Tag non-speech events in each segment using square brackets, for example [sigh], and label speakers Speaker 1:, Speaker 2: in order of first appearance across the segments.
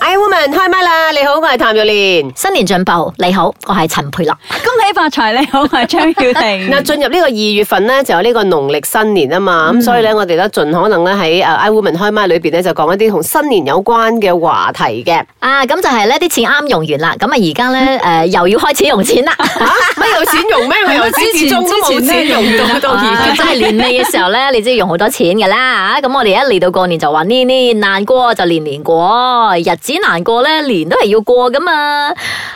Speaker 1: Iwoman 開唛啦！你好，我係譚玉蓮。
Speaker 2: 新年進步，你好，我係陳佩樂。
Speaker 3: 恭喜發財，你好，我係張曉婷。
Speaker 1: 嗱，進入呢個二月份咧，就有呢個農曆新年啊嘛，
Speaker 3: 嗯
Speaker 1: 咁、所以咧，我哋咧盡可能咧喺誒 Iwoman 開唛裏邊咧，就講一啲同新年有關嘅話題嘅。
Speaker 2: 啊，咁就係呢啲錢啱用完啦，咁啊而家咧
Speaker 1: [laughs]
Speaker 2: 誒又要開始用錢啦。
Speaker 1: 嚇乜有錢用咩？我由始至終都冇錢用到到而
Speaker 2: 啊
Speaker 1: 家
Speaker 2: 真。係年尾嘅時候咧，你知要用好多錢噶啦，啊咁我哋一嚟到過年就話年年難過就年年過，日子難過咧年都係要過噶嘛。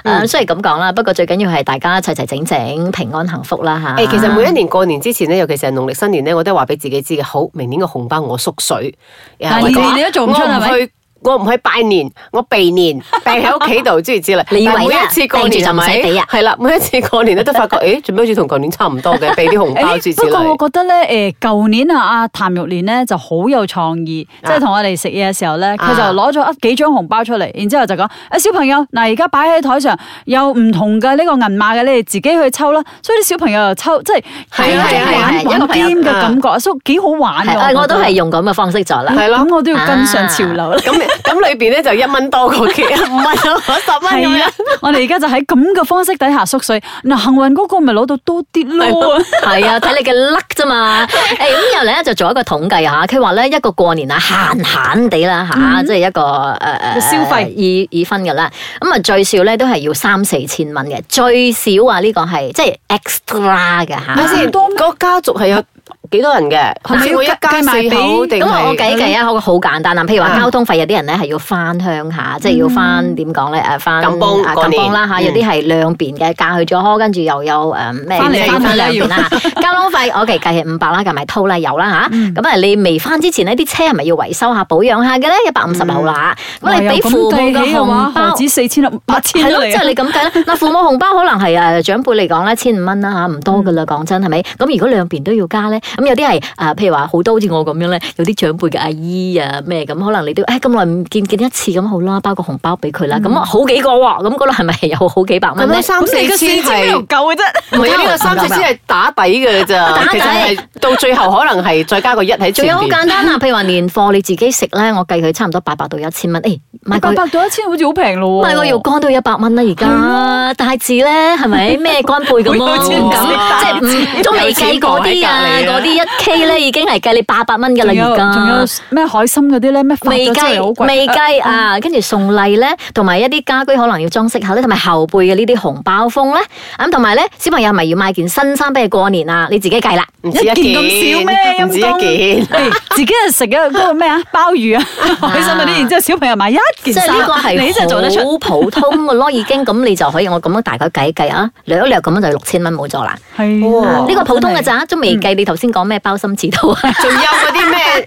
Speaker 1: 嗯
Speaker 2: 誒，雖然咁講啦，不過最緊要係大家齊齊整整、平安幸福啦
Speaker 3: 啊
Speaker 2: 吓。
Speaker 1: 誒，其實每一年過年之前咧，尤其是係農曆新年咧，我都係話俾自己知嘅。好，明年個紅包我縮水，
Speaker 3: 但係年年你都做唔出
Speaker 1: 我
Speaker 3: 係咪
Speaker 1: 去。我唔去拜年，我避
Speaker 3: [laughs]
Speaker 1: 年，避喺屋企度，諸如此類。
Speaker 3: 啊
Speaker 2: 你以為
Speaker 1: 但係每
Speaker 2: 咧
Speaker 1: 一次過年係咪
Speaker 2: 避住就唔使避啊
Speaker 1: 係啦，每一次過年咧都發覺，誒，做咩好似同舊年差唔多嘅，避啲紅包諸如
Speaker 3: 誒
Speaker 1: 此
Speaker 3: 不過我
Speaker 1: 類。
Speaker 3: 覺得咧，诶，舊年啊，阿譚玉蓮咧就好有創意，
Speaker 1: 啊
Speaker 3: 即係同我哋食嘢嘅時候咧，佢就
Speaker 1: 啊
Speaker 3: 攞咗幾張紅包出嚟，然之後就講：诶，小朋友，嗱，而家擺喺台上有唔同嘅呢個銀碼嘅，你哋自己去抽啦。所以啲小朋友又抽，即係
Speaker 1: 係
Speaker 2: 啊
Speaker 3: 有種
Speaker 2: 係啊係啊
Speaker 3: 玩
Speaker 2: 一個
Speaker 3: 玩
Speaker 2: 朋友
Speaker 3: 兼嘅感覺，所以幾好玩
Speaker 2: 係
Speaker 3: 嘅。
Speaker 2: 啊我都係用咁嘅方式做啦。
Speaker 1: 係咯
Speaker 3: 咁我都要跟上潮流啦。
Speaker 1: 咁咁裏邊咧就一蚊多過嘅，五蚊
Speaker 3: [laughs]
Speaker 1: 多十蚊咁
Speaker 3: 係
Speaker 1: 樣
Speaker 3: 啊。，我哋而家就喺咁嘅方式底下縮水。嗱，幸運嗰個咪攞到多啲咯。
Speaker 2: 係啊，睇你嘅 luck 啫
Speaker 3: [laughs]
Speaker 2: 嘛。誒咁又咧就做一個統計嚇，佢話咧一個過年啊閒閒地啦嚇，即係一個誒誒
Speaker 3: 嗯消費
Speaker 2: 已已婚嘅啦。咁啊最少咧都係要三四千蚊嘅，最少啊呢個係即係 extra 嘅
Speaker 1: 睇
Speaker 2: 嚇。
Speaker 1: 先，個家族係有幾多人嘅？
Speaker 3: 係咪
Speaker 1: 係我一
Speaker 3: 要計
Speaker 1: 家
Speaker 3: 計埋
Speaker 1: 四口
Speaker 3: 俾
Speaker 1: 定
Speaker 2: 咁啊，
Speaker 1: 係？
Speaker 2: 我計計啊，好好簡單啊。譬如話
Speaker 1: 嗯
Speaker 2: 交通費，有啲人咧係要翻鄉下，即係要翻點講咧？誒，翻
Speaker 1: 金邦
Speaker 2: 啊
Speaker 1: 過
Speaker 2: 金
Speaker 1: 年
Speaker 2: 邦啦嚇，
Speaker 1: 嗯
Speaker 2: 有啲係兩邊嘅，嫁去咗呵，跟住又有誒咩
Speaker 3: 返嚟
Speaker 2: 翻
Speaker 3: 返去啦
Speaker 2: 兩邊
Speaker 3: 要
Speaker 2: 啦。 [laughs] 交通費我哋計係五百啦，計埋套啦有啦嚇。咁啊，你未翻之前呢啲車係咪要維修下保養下嘅咧？一百五十後啦，
Speaker 3: 嗯
Speaker 2: 咁你俾父母嘅紅包啊
Speaker 3: 何。止四千六八千
Speaker 2: 係
Speaker 3: 都
Speaker 2: 咯，
Speaker 3: 嚟
Speaker 2: 即
Speaker 3: 啊
Speaker 2: 係你咁 [laughs] 計啦。嗱，父母紅包可能係誒長輩嚟講咧，千五蚊啦嚇，唔多噶啦，講真係咪？咁如果兩邊都要加咧，咁有啲係誒，譬如話好多好似我咁樣咧，有啲長輩嘅阿姨啊咩咁，可能你都誒咁耐唔見見一次咁好啦，包個紅包俾佢啦。咁啊好幾個喎，咁嗰度係咪有好幾百
Speaker 1: 咁
Speaker 2: 蚊咧
Speaker 1: 樣？三四
Speaker 3: 咁你個
Speaker 1: 千
Speaker 3: 千
Speaker 1: 係
Speaker 3: 邊度。夠嘅啫？
Speaker 1: 唔
Speaker 3: [laughs]
Speaker 1: 係呢個三隻先係打底嘅咋，
Speaker 2: 打
Speaker 1: 其
Speaker 2: 底
Speaker 1: 實係到最後可能係再加個一喺
Speaker 2: 仲有
Speaker 1: 前
Speaker 2: 好
Speaker 1: 邊。
Speaker 2: 簡單啊，譬如話年貨你自己食咧，我計佢差唔多八百到一千蚊。誒買
Speaker 3: 八
Speaker 2: 個
Speaker 3: 百到一千好似好平咯喎。
Speaker 2: 買個肉乾都一百蚊啦，而家帶字咧係咪咩乾貝
Speaker 3: [laughs]
Speaker 2: 咁咯？
Speaker 3: 好有錢
Speaker 2: 咁
Speaker 1: 唔
Speaker 2: 即
Speaker 1: 識
Speaker 2: 係唔都未計嗰啲
Speaker 1: 有錢，
Speaker 2: 啊
Speaker 1: 婆喺隔離啊
Speaker 2: 嗰啲一 K 咧已經係計你八百蚊㗎
Speaker 3: 仲
Speaker 2: 啦，
Speaker 3: 有仲有
Speaker 2: 而家。
Speaker 3: 咩海參嗰啲咧？咩發
Speaker 2: 未
Speaker 3: 咗出嚟好
Speaker 2: 計
Speaker 3: 貴？嗯
Speaker 2: 未計啊，跟住送禮咧，同埋一啲家居可能要裝飾下咧，同埋後輩嘅呢啲紅包封咧，咁同埋咧小朋友係咪要買件新衫俾佢過年啊？你自己計啦。
Speaker 1: 唔
Speaker 3: 一
Speaker 1: 止一
Speaker 3: 件
Speaker 1: 件
Speaker 3: 咁少咩？
Speaker 1: 唔止
Speaker 3: [laughs] 陰
Speaker 1: 一
Speaker 3: 公
Speaker 1: 件。
Speaker 3: 誒哎自己係食咗嗰
Speaker 2: [laughs]
Speaker 3: 個咩啊？鮑魚啊，海參嗰啲，然之後小朋友買一件
Speaker 2: 即係
Speaker 3: 衫，啊
Speaker 2: 呢個
Speaker 3: [laughs] 你真係做得
Speaker 2: 係
Speaker 3: 出。
Speaker 2: 好普通嘅咯，已經咁你就可以我咁樣大概計計啊，略一略咁樣就六千蚊冇咗啦。
Speaker 3: 係啊
Speaker 1: 哇
Speaker 2: 呢個普通嘅。
Speaker 3: 真係嗯
Speaker 2: 咋，都未計你頭先講咩包心刺刀啊。
Speaker 1: 仲有嗰啲咩誒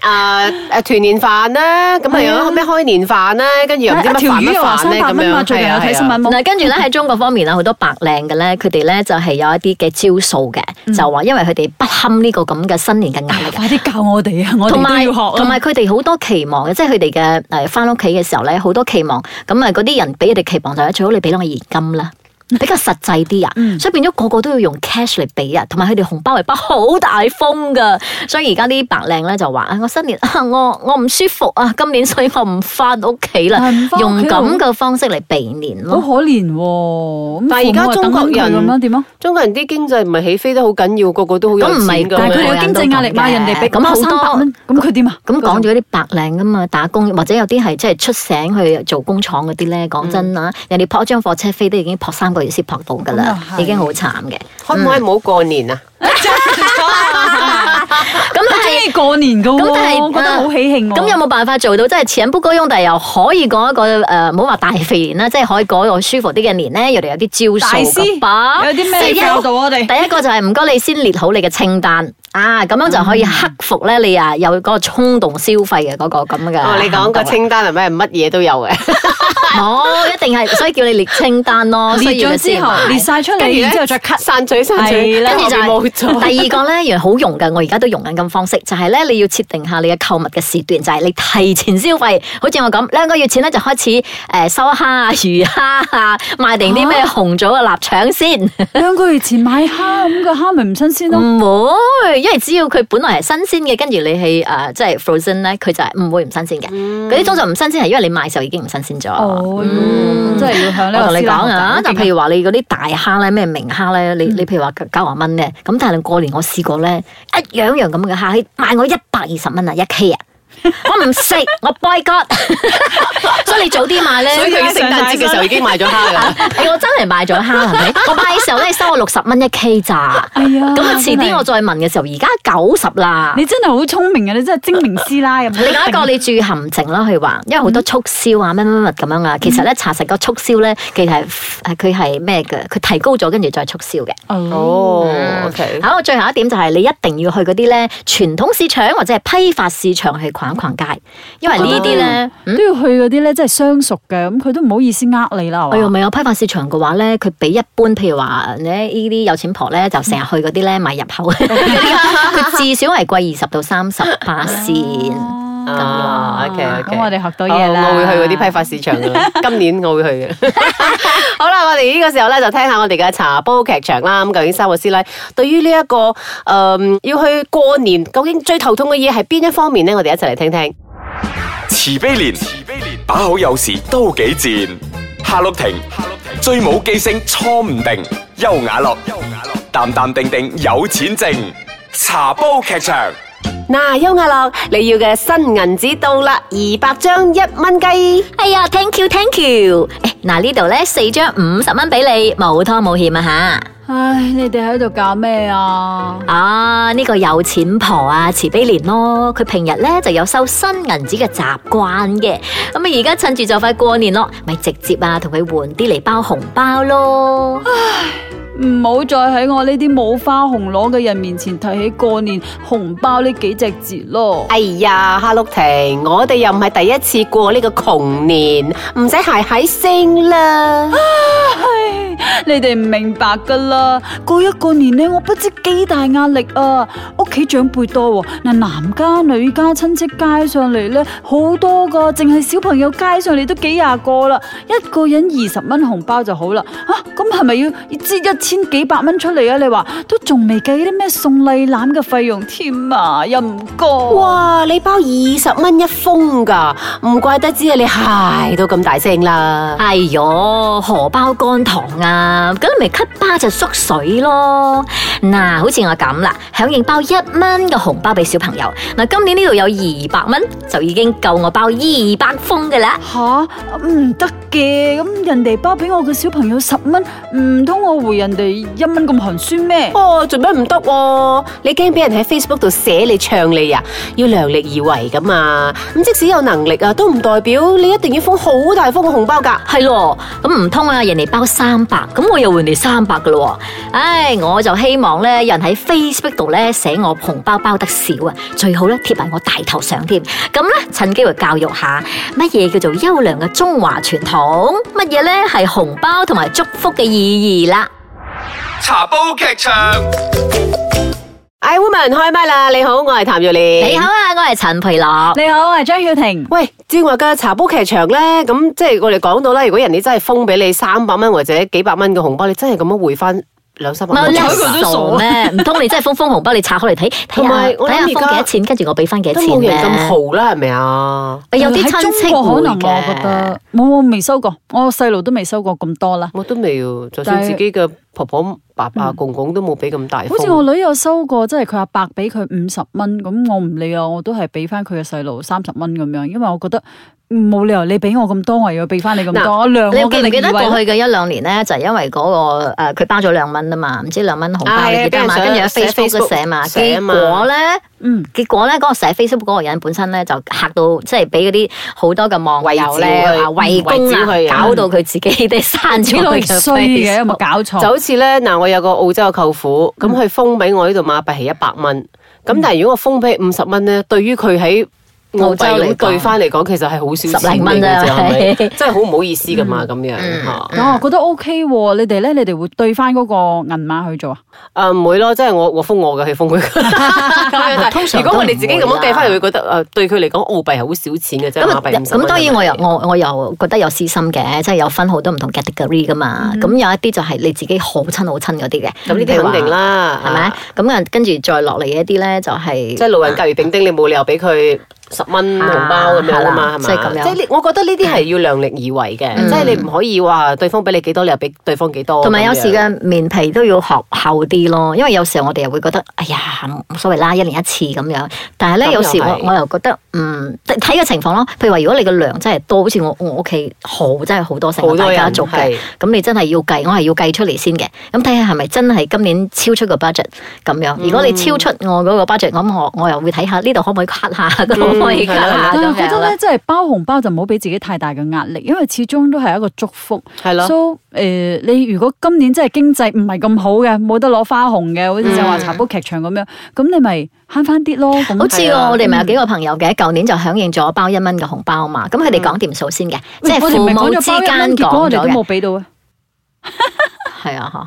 Speaker 1: 誒團年飯啦，咁啊有咩開年飯啦，跟住又唔知乜
Speaker 3: 條
Speaker 1: 飯
Speaker 3: 魚
Speaker 1: 乜
Speaker 2: 啊
Speaker 3: 又話
Speaker 1: 飯
Speaker 3: 三
Speaker 1: 咧
Speaker 3: 百
Speaker 1: 咁
Speaker 3: 蚊嘛，
Speaker 1: 樣。
Speaker 3: 最近有睇新聞 [laughs] 冇？
Speaker 2: 嗱，跟住咧喺中國方面啊，好多白領嘅咧，佢哋咧就係有一啲嘅招數嘅，
Speaker 3: 嗯
Speaker 2: 就話因為佢哋不堪呢個咁嘅新年嘅壓力啊。
Speaker 3: 快啲教我哋啊！我哋
Speaker 2: 同
Speaker 3: 都要
Speaker 2: 埋
Speaker 3: 學啊
Speaker 2: 同埋佢哋好多期望嘅，即係佢哋嘅誒翻屋企嘅時候咧，好多期望。咁啊，嗰啲人俾佢哋期望就係最好你俾到我現金啦。
Speaker 3: 嗯
Speaker 2: 比較實際啲啊，所以變咗個個都要用 cash 嚟俾啊，同埋佢哋紅包係包好大封噶，所以而家啲白領咧就話啊，我新年啊，我我唔舒服啊，今年所以我唔翻屋企啦
Speaker 3: 啊唔，返屋企
Speaker 2: 用
Speaker 3: 好
Speaker 2: 咁嘅方式嚟避年
Speaker 3: 好
Speaker 2: 咯。
Speaker 3: 可憐喎。咁
Speaker 1: 但係而家
Speaker 3: 父母啊
Speaker 1: 中國
Speaker 3: 等緊佢
Speaker 1: 人
Speaker 3: 咁樣點啊？
Speaker 1: 中國人啲經濟唔係起飛得好緊要，個個都好有
Speaker 2: 咁唔係
Speaker 1: 錢㗎。
Speaker 3: 但係佢哋
Speaker 2: 個
Speaker 3: 有
Speaker 2: 個
Speaker 3: 經
Speaker 2: 人都
Speaker 3: 濟壓力
Speaker 2: 咁
Speaker 3: 嘛，
Speaker 2: 嘅
Speaker 3: 人哋俾
Speaker 2: 咁好
Speaker 3: 咁
Speaker 2: 多
Speaker 3: 三百蚊，咁佢點啊？
Speaker 2: 咁講咗啲白領噶啊嘛，打工或者有啲係即係出省去做工廠嗰啲
Speaker 3: 嗯
Speaker 2: 咧，講真啊，人哋撲一張貨車飛都已經撲三個月先撲到噶啦
Speaker 3: 咁又，係
Speaker 2: 已經好慘
Speaker 3: [laughs]
Speaker 2: 嘅。
Speaker 1: 可唔可以唔好過年啊？
Speaker 3: 그
Speaker 2: 咁
Speaker 3: 我
Speaker 2: 但
Speaker 3: 中
Speaker 2: 係
Speaker 3: 意過年噶
Speaker 2: 咁但
Speaker 3: 喎，
Speaker 2: 係
Speaker 3: 我覺得好喜慶喎。
Speaker 2: 咁有冇辦法做到即係錢不高翁，但係又可以過一個誒，唔好話大肥年啦，即係可以過一個舒服啲嘅年咧？又哋有啲招
Speaker 3: 大
Speaker 2: 數㗎
Speaker 3: 師
Speaker 2: 噃。
Speaker 3: 有啲咩
Speaker 2: 第一
Speaker 3: 教導我哋？
Speaker 2: 第一個就係唔該你先列好你嘅清單啊，咁樣就可以克服咧你啊有嗰個衝動消費嘅嗰個咁嘅行動啊啦。
Speaker 1: 哦，你講個清單係咩？乜嘢都有嘅。
Speaker 2: [laughs] 冇，哦一定係，所以叫你列清單
Speaker 3: [laughs]
Speaker 2: 咯。需
Speaker 3: 列
Speaker 2: 要嘅
Speaker 3: 咗之
Speaker 2: 先
Speaker 3: 後，
Speaker 2: 買
Speaker 3: 列晒出嚟，然之後再 cut。
Speaker 1: 散嘴散嘴，
Speaker 3: 係啦
Speaker 2: 跟住就
Speaker 1: 後面冇
Speaker 3: [laughs]
Speaker 2: 係
Speaker 1: 咗。
Speaker 2: [laughs] 第二個咧，原來好用嘅，我而家都用緊咁方式，就係咧你要設定下你嘅購物嘅時段，就係、你提前消費。好似我咁兩個月前咧就開始誒、呃收蝦啊、魚蝦啊，買定啲咩紅棗嘅臘腸先。
Speaker 3: [laughs]
Speaker 2: 음.
Speaker 3: 兩個月前買蝦，咁個蝦咪唔新鮮咯。
Speaker 2: 唔會，一因為只要佢本來係新鮮嘅，跟住你係誒即係 frozen 咧，佢就係唔會唔新鮮嘅。嗰啲通常唔新鮮係因為你賣時候已經唔新鮮咗。
Speaker 3: 嗯哦，
Speaker 2: 嗯
Speaker 3: 真係要向呢
Speaker 2: 我
Speaker 3: 個
Speaker 2: 同你
Speaker 3: 師奶
Speaker 2: 講
Speaker 3: 學習
Speaker 2: 啊，但譬
Speaker 3: 如
Speaker 2: 如話你嗰啲大蝦咧，咩明蝦咧，你你譬如話九廿蚊咧，咁但係過年我試過咧，一樣樣咁嘅蝦，佢賣我一百二十蚊啊，一 K 啊， [laughs] 我唔食，我 boycott，所以你早啲買咧。
Speaker 1: [laughs] 所以佢聖誕節嘅時候已經買咗
Speaker 3: [laughs]
Speaker 1: 蝦㗎啦。
Speaker 2: 係哎我真係買咗蝦，係咪？我買嘅時候咧收我六十蚊一 K 咋，
Speaker 3: 哎呀
Speaker 2: 咁啊遲
Speaker 3: 真係
Speaker 2: 啲我再問嘅時候，而家九十啦。
Speaker 3: 你真係好聰明啊！你真係精明師奶咁。
Speaker 2: 另外一個你注意陷阱啦，佢話，因為好多促銷啊，乜乜乜咁樣啊，其實咧查實個促銷咧，其實係誒佢係咩嘅？佢提高咗，跟住再促銷嘅。
Speaker 3: 哦，
Speaker 1: 哦，OK，
Speaker 2: 好，最後一點就係你一定要去嗰啲咧傳統市場或者係批發市場去逛一逛街，因為呢啲咧，
Speaker 3: 都要去嗰啲咧，真係相熟嘅，咁佢都唔好意思呃你啦。係嘛
Speaker 2: 哎呦，咪有批發市場嘅話咧，佢比一般譬如話咧呢啲有錢婆咧，就成日去嗰啲咧買入口，佢至少係貴二十到三十八先。
Speaker 1: 啊，OK，OK，
Speaker 3: 咁我哋學到嘢啦
Speaker 1: 好我會去嗰啲批發市場
Speaker 3: [laughs]
Speaker 1: 㗎啦， [laughs] 今年我會去嘅。好啦，我哋呢個時候咧就聽下我哋嘅茶煲劇場啦。咁究竟三個師奶對於呢一個誒要去過年，究竟最頭痛嘅嘢係邊一方面咧？我哋一齊嚟聽聽。
Speaker 4: 慈悲蓮，慈悲蓮，把口有時都幾賤。夏綠庭，夏綠庭，最冇記性錯唔定。優雅樂，優雅樂，淡淡定定有錢剩。茶煲劇場，
Speaker 1: 嗱，優雅樂，你要嘅新銀紙到啦，二百張一蚊雞。
Speaker 2: 哎呀，thank you，thank you。誒，嗱呢度咧四張五十蚊俾你，冇拖冇欠啊吓。
Speaker 3: 唉，你哋喺度搞咩啊？
Speaker 2: 啊！呢、個有錢婆啊，慈悲蓮咯，佢平日咧就有收新銀紙嘅習慣嘅，咁啊而家趁住就快過年咯，咪直接啊同佢換啲嚟包紅包咯。
Speaker 3: 唔好再喺我呢啲冇花紅攞嘅人面前提起過年紅包呢幾隻字咯。
Speaker 1: 哎呀，哈碌婷，我哋又唔係第一次過呢個窮年，唔使鞋喺聲啦。
Speaker 3: 你哋唔明白噶啦，過一個年呢，我不知幾大壓力啊！屋企長輩多喎，嗱男家女家親戚街上嚟呢，好多噶，淨係小朋友街上嚟都幾廿個啦，一個人二十蚊紅包就好啦。啊，咁係咪要支一千幾百蚊出嚟啊？你話都仲未計啲咩送禮籃嘅費用添啊，陰
Speaker 2: 哦
Speaker 3: 公。
Speaker 1: 哇！你包二十蚊一封噶，唔怪得知啊！你嗨到咁大聲啦。
Speaker 2: 哎喲，荷包乾糖啊，咁咪咳巴就縮水咯。嗱、好似我咁啦，響應包一蚊嘅紅包俾小朋友。嗱，今年呢度有二百蚊，就已經夠我包二百封嘅啦。
Speaker 3: 吓唔得嘅，咁人哋包俾我嘅小朋友十蚊，唔通我回人哋一蚊咁寒酸咩？
Speaker 1: 哦，做咩唔得喎？你驚俾人喺 Facebook 度寫你唱你啊？要量力而為噶嘛。咁即使有能力啊，都唔代表你一定要封好大封嘅紅包㗎。
Speaker 2: 係咯，咁唔通啊？人哋包三百，咁我又換你三百噶咯喎。唉，我就希望咧，有人喺 Facebook 度咧寫我紅包包得少啊，最好咧貼埋我大頭上添。咁咧趁機會教育下乜嘢叫做優良嘅中華傳統，乜嘢咧係紅包同埋祝福嘅意義啦。
Speaker 4: 茶煲劇場。
Speaker 1: I woman 開麥啦！你好，我係譚玉蓮。
Speaker 2: 你好啊，我係陳培樂。
Speaker 3: 你好，我係張曉婷。
Speaker 1: 喂，正話嘅茶煲劇場咧，咁即係我哋講到啦，如果人哋真係封俾你三百蚊或者幾百蚊嘅紅包，你真係咁樣匯翻兩三
Speaker 2: 唔
Speaker 1: 百
Speaker 2: 係
Speaker 1: 蚊。
Speaker 2: 你
Speaker 3: 睬佢都
Speaker 2: 傻咩？唔通你真係封封紅包，你拆開嚟睇睇
Speaker 1: 同
Speaker 2: 下
Speaker 1: 埋我
Speaker 2: 睇
Speaker 1: 諗
Speaker 2: 下封
Speaker 1: 而
Speaker 2: 幾
Speaker 1: 家
Speaker 2: 多錢，跟住我俾翻幾
Speaker 1: 都
Speaker 2: 多
Speaker 1: 冇
Speaker 2: 錢
Speaker 1: 人咁
Speaker 2: 咧
Speaker 1: 豪啦，係咪啊？
Speaker 2: 有啲親戚
Speaker 3: 嗯喺中國可能
Speaker 2: 會
Speaker 3: 我
Speaker 2: 嘅
Speaker 3: 覺得冇，我未收過，我細路都未收過咁多啦。
Speaker 1: 我都未喎，就算
Speaker 3: 但係
Speaker 1: 自己嘅婆婆、爸爸、
Speaker 2: 嗯
Speaker 1: 公公都冇俾咁大
Speaker 3: 好
Speaker 1: 封。
Speaker 3: 似我女有收過，即係佢阿伯俾佢五十蚊，咁我唔理啊，我都係俾翻佢嘅細路三十蚊咁樣，因為我覺得嗯冇理由你俾我咁多，我又要俾翻你咁
Speaker 1: 嗱
Speaker 3: 多，我量我
Speaker 2: 你記
Speaker 3: 嘅
Speaker 2: 唔
Speaker 3: 力
Speaker 2: 記得
Speaker 3: 而
Speaker 2: 過
Speaker 3: 為。
Speaker 2: 去嘅一兩年咧，就係因為嗰、個呃佢、包咗兩蚊啊嘛，唔知兩蚊紅包
Speaker 1: 啊
Speaker 2: 你記得嘛？
Speaker 1: 係啊
Speaker 2: 跟住喺
Speaker 1: 俾人上
Speaker 2: Facebook 都寫嘛，
Speaker 1: 寫啊
Speaker 2: 結
Speaker 1: 嘛
Speaker 2: 果咧。
Speaker 3: 嗯，
Speaker 2: 結果咧，嗰、個寫 Facebook 嗰個人本身咧就嚇到，即係俾嗰啲好多嘅網友咧
Speaker 1: 圍剿佢
Speaker 2: 啊圍攻
Speaker 1: 圍剿佢
Speaker 2: 啊，
Speaker 1: 啊
Speaker 2: 搞到佢自己都刪
Speaker 1: [laughs]
Speaker 3: 呢
Speaker 2: 咗
Speaker 3: 度
Speaker 2: 佢
Speaker 3: 係
Speaker 2: 嘅
Speaker 3: 衰嘅，有冇
Speaker 2: Facebook。
Speaker 3: 搞錯？
Speaker 1: 就好似咧，嗱，我有個澳洲嘅舅父，
Speaker 2: 嗯
Speaker 1: 咁佢封俾我呢度馬幣係一百蚊，咁但係如果我封俾五十蚊咧，對於佢喺澳
Speaker 2: 澳
Speaker 1: 洲
Speaker 2: 洲
Speaker 1: 嚟
Speaker 2: 嚟講
Speaker 1: 對翻嚟講，其實係好少
Speaker 2: 十
Speaker 1: 錢
Speaker 2: 零
Speaker 1: 嚟
Speaker 2: 蚊
Speaker 1: 嘅啫，
Speaker 2: 啫
Speaker 1: 係咪？
Speaker 2: 係
Speaker 1: 真係好唔好意思噶嘛，咁樣
Speaker 2: 嗯
Speaker 1: 嚇。
Speaker 3: 咁我覺得 OK 喎，你哋咧，你哋會對翻嗰個銀碼去做啊？
Speaker 1: 啊唔會咯，即係我我封我嘅，佢封佢。通
Speaker 2: 通常
Speaker 1: 如果我哋自己咁
Speaker 2: 都唔
Speaker 1: 樣
Speaker 2: 會啦
Speaker 1: 計翻，嚟，會覺得誒對佢嚟講澳幣係好少錢嘅啫，
Speaker 2: 咁啊
Speaker 1: 馬幣50
Speaker 2: 咁當然我又
Speaker 1: 蚊
Speaker 2: 我我又覺得有私心嘅，即係有分好多唔同 category 噶嘛。咁、有一啲就係你自己好親好親嗰啲嘅，
Speaker 1: 嗯咁呢啲肯定，啦，
Speaker 2: 係咪
Speaker 1: 啊？
Speaker 2: 咁啊，跟住再落嚟一啲咧就係、
Speaker 1: 即係路人隔離丙丁，你冇理由俾佢十蚊紅包咁樣啊嘛，係
Speaker 2: 啊
Speaker 1: 咪？
Speaker 2: 即係咁樣
Speaker 1: 即係呢我覺得呢啲係要量力而為嘅，
Speaker 2: 嗯
Speaker 1: 即係你唔可以話對方俾你幾多，你又俾對方幾多。
Speaker 2: 同埋有時
Speaker 1: 咁樣
Speaker 2: 嘅面皮都要學厚啲咯，因為有時候我哋又會覺得，哎呀冇所謂啦，一年一次咁樣。但係
Speaker 1: 咁
Speaker 2: 咧
Speaker 1: 又
Speaker 2: 有時我
Speaker 1: 係
Speaker 2: 我又覺得，嗯，睇睇個情況咯。譬如話，如果你個量真係多，好似我我屋企好真係好多成
Speaker 1: 好
Speaker 2: 個
Speaker 1: 多
Speaker 2: 大家
Speaker 1: 人
Speaker 2: 族嘅，
Speaker 1: 係。
Speaker 2: 咁你真係要計，我係要計出嚟先嘅。咁睇下係咪真係今年超出個 budget 咁
Speaker 1: 嗯
Speaker 2: 樣。如果你超出我嗰個 budget，咁我我又會睇下呢度可唔可以 cut 下，嗰度可唔可
Speaker 1: 嗯
Speaker 2: 以 cut 下
Speaker 3: 但係
Speaker 2: 咁
Speaker 3: 我覺
Speaker 2: 樣
Speaker 3: 得
Speaker 2: 啦
Speaker 3: 咧，即係包紅包就唔好俾自己太大嘅壓力，因為始終都係一個祝福。
Speaker 1: 係咯
Speaker 3: So，誒，你如果今年真係經濟唔係咁好嘅，冇得攞花紅嘅，好似就話茶煲劇場咁樣，咁你咪慳翻啲咯。咁
Speaker 2: 嗯好似
Speaker 1: 係啊
Speaker 2: 我哋咪有幾個朋友
Speaker 3: 嗯
Speaker 2: 嘅，舊年就響應咗包一蚊嘅紅包嘛，咁佢哋講掂數先嘅，即係
Speaker 3: 我哋
Speaker 2: 父
Speaker 3: 咪講
Speaker 2: 母
Speaker 3: 咗
Speaker 2: 之
Speaker 3: 包一
Speaker 2: 間
Speaker 3: 蚊，結果
Speaker 2: 講
Speaker 3: 我哋
Speaker 2: 咗
Speaker 3: 都冇
Speaker 2: 嘅，
Speaker 3: 俾到啊！
Speaker 2: 係啊嚇。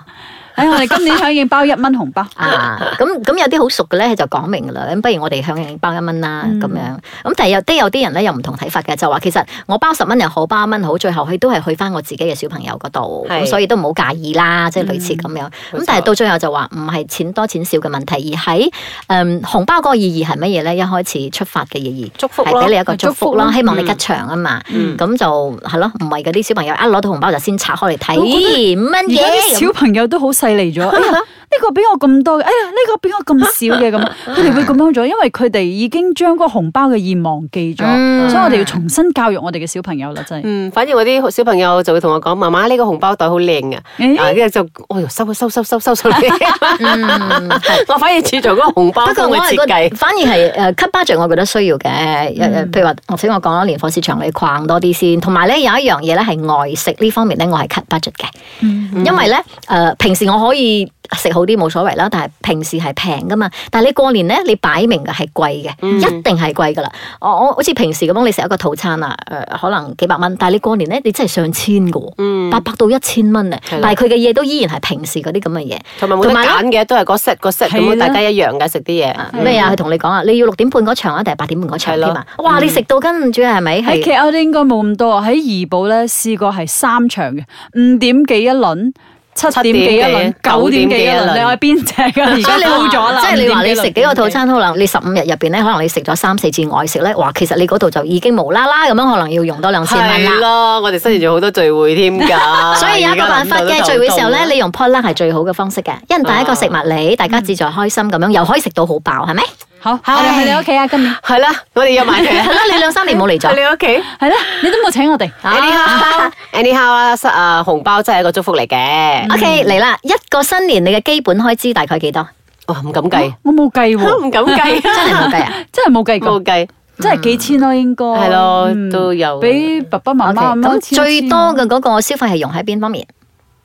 Speaker 3: 哎，我哋今年響應包一蚊紅包。 [laughs]
Speaker 2: 啊，咁咁有啲好熟嘅咧，就講明㗎啦。咁不如我哋向應包一蚊啦，
Speaker 3: 嗯
Speaker 2: 咁樣。咁但係有啲有啲人咧又唔同睇法嘅，就話其實我包十蚊又好，包一蚊好，最後佢都係去翻我自己嘅小朋友嗰度，
Speaker 1: 係
Speaker 2: 咁所以都唔好介意啦，
Speaker 3: 嗯
Speaker 2: 即係類似咁樣。咁、
Speaker 1: 冇錯
Speaker 2: 但係到最後就話唔係錢多錢少嘅問題，而喺誒、嗯、紅包嗰個意義係乜嘢咧？一開始出發嘅意義。
Speaker 1: 祝福
Speaker 2: 係
Speaker 1: 咯
Speaker 2: 俾你一個祝福啦，
Speaker 3: 祝福咯
Speaker 2: 希望你吉祥啊嘛，
Speaker 1: 嗯
Speaker 2: 咁就係咯，唔係嗰啲小朋友一攞到紅包就先拆開嚟睇，
Speaker 3: 我覺得
Speaker 2: 咦五蚊
Speaker 3: 而
Speaker 2: 嘢
Speaker 3: 家啲小朋友都好細膩咗，哎
Speaker 2: [laughs]
Speaker 3: 呀呢個比我咁多嘅，哎呀呢個比我咁少嘅咁，佢哋會咁樣做，因為佢哋已經將嗰個紅包嘅意忘記咗，
Speaker 2: 嗯
Speaker 3: 所以我哋要重新教育我哋嘅小朋友啦，真係。
Speaker 1: 嗯，反而我啲小朋友就會同我講：媽媽呢個紅包袋好靚啊！
Speaker 3: 誒
Speaker 1: 啊，跟住就，哎呦，收收收收收收嚟！
Speaker 2: 嗯係
Speaker 1: [laughs] 我反而注重嗰個紅包
Speaker 2: 不過
Speaker 1: 幫
Speaker 2: 我
Speaker 1: 佢
Speaker 2: 係
Speaker 1: 設
Speaker 2: 覺
Speaker 1: 計嗯
Speaker 2: 得，。反而係誒 cut budget，我覺得需要嘅。呃譬如話，頭先我講啦，年貨市場你逛多啲先。同埋咧，有一樣嘢咧係外食呢方面咧，我係 cut budget 嘅，
Speaker 1: 嗯
Speaker 2: 因為咧誒、呃平時我可以食好啲冇所謂啦，但係平時係平噶嘛。但係你過年咧，你擺明嘅係貴嘅，
Speaker 1: 嗯
Speaker 2: 一定係貴噶啦。我我好似平時咁樣，你食一個套餐啊，誒、可能幾百蚊，但係你過年咧，你真係上千嘅喎，八百到一千蚊啊！
Speaker 1: 嗯係
Speaker 2: 但
Speaker 1: 啦
Speaker 2: 係佢嘅嘢都依然係平時嗰啲咁嘅嘢。
Speaker 1: 同埋冇得
Speaker 2: 同埋
Speaker 1: 揀嘅，都係嗰 set 嗰 set 咁
Speaker 3: 係
Speaker 1: 樣，
Speaker 3: 啦
Speaker 1: 大家一樣嘅食啲嘢。嗯
Speaker 2: 咩啊？佢同你講啊，你要六點半嗰場啊，定係八點半嗰場添啊？哇！你食到跟住係咪係？
Speaker 3: 喺 KL 咧應該冇咁多，喺怡保咧試過係三場嘅，五點幾一輪，七點幾一輪，九點幾一輪，你話邊只啊？而家
Speaker 2: 話
Speaker 3: 冇 [laughs] 咗啦，
Speaker 2: 即係你話你食幾個套
Speaker 3: 5.1
Speaker 2: 餐，可能你十五日入邊咧，可能你食咗三四次外食咧，哇！其實你嗰度就已經無啦啦咁樣，可能要用多兩千蚊
Speaker 1: 係
Speaker 2: 啦。
Speaker 1: 咯，我哋新年仲好多聚會添㗎。
Speaker 2: [laughs] 所以有一個辦法
Speaker 1: 而家諗到
Speaker 2: 嘅
Speaker 1: 都
Speaker 2: 聚會時候咧，
Speaker 1: 頭痛
Speaker 2: 你用 pot luck 係最好嘅方式嘅，一人帶一個食物嚟，大家自在開心咁樣，又可以食到好飽，係咪？
Speaker 3: 好，我哋去你屋企啊，今年
Speaker 1: 係啦，我哋約埋佢
Speaker 2: 係
Speaker 1: 啊
Speaker 2: 啦， [laughs] 你兩三年冇嚟
Speaker 1: [laughs]
Speaker 2: 咗啊
Speaker 1: 去。你屋企。
Speaker 3: 係啦，你都冇請我哋。
Speaker 1: anyhow anyhow 啊，塞啊紅包真係一個祝福嚟嘅。
Speaker 2: OK，嚟啦，一個新年你嘅基本開支大概幾多？
Speaker 1: 哇，唔敢計，
Speaker 3: 我冇計
Speaker 1: [laughs]
Speaker 3: 喎，
Speaker 1: 唔敢計，
Speaker 2: 哦 [laughs] 真係冇計
Speaker 3: [laughs]
Speaker 2: 哦啊！
Speaker 3: 真係冇計過
Speaker 1: 冇。計。
Speaker 3: 真係幾千咯，應該
Speaker 1: 係咯
Speaker 3: 嗯
Speaker 1: 都有
Speaker 3: 俾爸爸媽
Speaker 2: OK，
Speaker 3: 媽咁
Speaker 2: 咁最多嘅嗰個消費係用喺邊方面？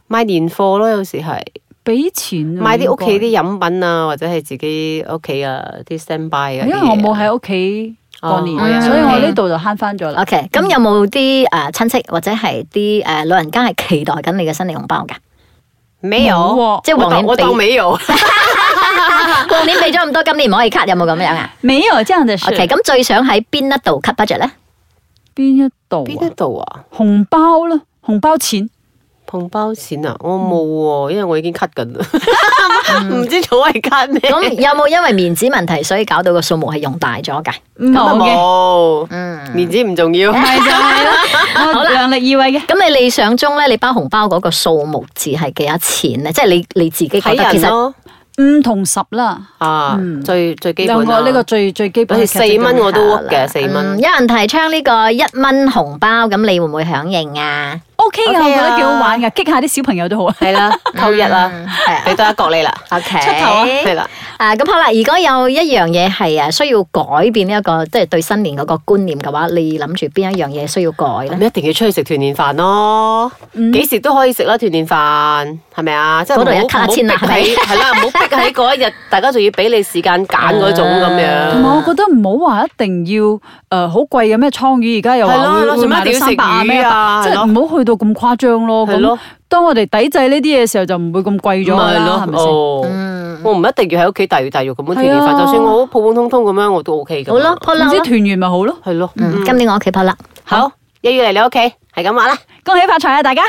Speaker 1: 買年貨咯，有時係
Speaker 3: 俾錢啊
Speaker 1: 買啲屋企
Speaker 3: 應
Speaker 1: 啲飲品啊，或者係自己屋企啊啲 standby 啊。
Speaker 3: 該因為我冇喺屋企過年，
Speaker 1: 哦我有
Speaker 3: 所以我呢度就慳翻咗啦。
Speaker 2: OK，咁有冇啲誒親戚或者係啲誒老人家係期待緊你嘅新年紅包㗎？
Speaker 1: 沒
Speaker 3: 冇
Speaker 1: 有
Speaker 3: 喎，
Speaker 2: 即係
Speaker 1: 我
Speaker 2: 黃
Speaker 1: 當
Speaker 2: 年
Speaker 1: 我當
Speaker 2: 俾
Speaker 1: 沒有。啊
Speaker 2: 過年俾咗咁多，今年唔可以 cut，有冇咁樣啊
Speaker 1: [laughs]
Speaker 3: 沒有這樣的事。
Speaker 2: ？OK，咁最想喺邊一度 cut budget 咧？
Speaker 3: 邊一度
Speaker 1: 邊一
Speaker 3: 啊？
Speaker 1: 度啊？
Speaker 3: 紅包啦，紅包錢。
Speaker 1: 紅包錢啊？我冇喎，因為我已經 cut 緊啦，唔知所謂 cut 咩。 [laughs]
Speaker 2: 咁有冇因為面子問題，所以搞到個數目係用大咗㗎？
Speaker 1: 嗯
Speaker 3: 冇嘅，
Speaker 1: 冇
Speaker 2: 嗯，
Speaker 1: 面子唔重要。
Speaker 3: 咪就係
Speaker 1: [laughs]
Speaker 3: 啦，我量力而為嘅。
Speaker 2: 咁你理想中咧，你包紅包嗰個數目字係幾多錢咧？即係你你自己覺
Speaker 1: 睇
Speaker 2: 得其
Speaker 1: 人
Speaker 2: 實
Speaker 1: 咯，
Speaker 3: 五同十啦，
Speaker 1: 啊，最最基
Speaker 3: 兩
Speaker 1: 本啦
Speaker 3: 個呢個最最基
Speaker 1: 好
Speaker 3: 本
Speaker 1: 似
Speaker 3: 嘅
Speaker 1: 四
Speaker 3: 劇情
Speaker 1: 蚊
Speaker 3: 就
Speaker 1: 我都 work 嘅，
Speaker 2: 嗯
Speaker 1: 四蚊。
Speaker 2: 有人提倡呢個一蚊紅包，咁你會唔會響應啊？
Speaker 3: OK 噶，我
Speaker 1: OK
Speaker 3: 覺
Speaker 1: 啊
Speaker 3: 得幾好玩噶，激下啲小朋友都好啊。
Speaker 1: 系啦，扣一啦，
Speaker 2: 系啊
Speaker 1: 俾多一角你啦，
Speaker 2: ，OK，
Speaker 3: 出頭啊
Speaker 1: 係啦。
Speaker 2: 啊，咁好啦，如果有一樣嘢係啊需要改變呢、一個即係對新年嗰個觀念嘅話，你諗住邊一樣嘢需要改咧？
Speaker 1: 咁一定要出去食團年飯咯，
Speaker 3: 嗯
Speaker 1: 幾時都可以食啦團年飯，係咪啊？即係
Speaker 2: 嗰度
Speaker 1: 唔好
Speaker 2: 一卡一千啦
Speaker 1: 唔好逼喺係啦，唔好逼喺嗰一日，大家仲要俾你時間揀嗰種咁
Speaker 3: 同
Speaker 1: 樣。
Speaker 3: 埋我覺得唔好話一定要誒好貴嘅咩倉魚，而家又話
Speaker 1: 係咯係
Speaker 3: 會
Speaker 1: 咯
Speaker 3: 會
Speaker 1: 做咩
Speaker 3: 賣
Speaker 1: 一定要
Speaker 3: 到三
Speaker 1: 食
Speaker 3: 百啊咩
Speaker 1: 魚啊
Speaker 3: 即
Speaker 1: 係咯
Speaker 3: 係唔好去到咁誇張咯。
Speaker 1: 係
Speaker 3: 哦咁
Speaker 1: 咯
Speaker 3: 當我哋抵制呢啲嘢嘅時候，就唔會咁貴咗
Speaker 1: 咪
Speaker 3: 啦，係咪先？嗯
Speaker 1: 哦我唔一定要喺屋企大魚大肉咁樣團年
Speaker 3: 係
Speaker 1: 飯，
Speaker 3: 啊
Speaker 1: 就算我好普普通通咁樣，我都 O K 噶。
Speaker 2: 好咯，，好啊啦
Speaker 3: 唔，知嗯團圓咪好咯，
Speaker 1: 係咯，嗯
Speaker 2: 嗯今年我屋企拍啦。
Speaker 1: 好，一於嚟你屋企，係咁話啦。
Speaker 3: 恭喜發財啊大家！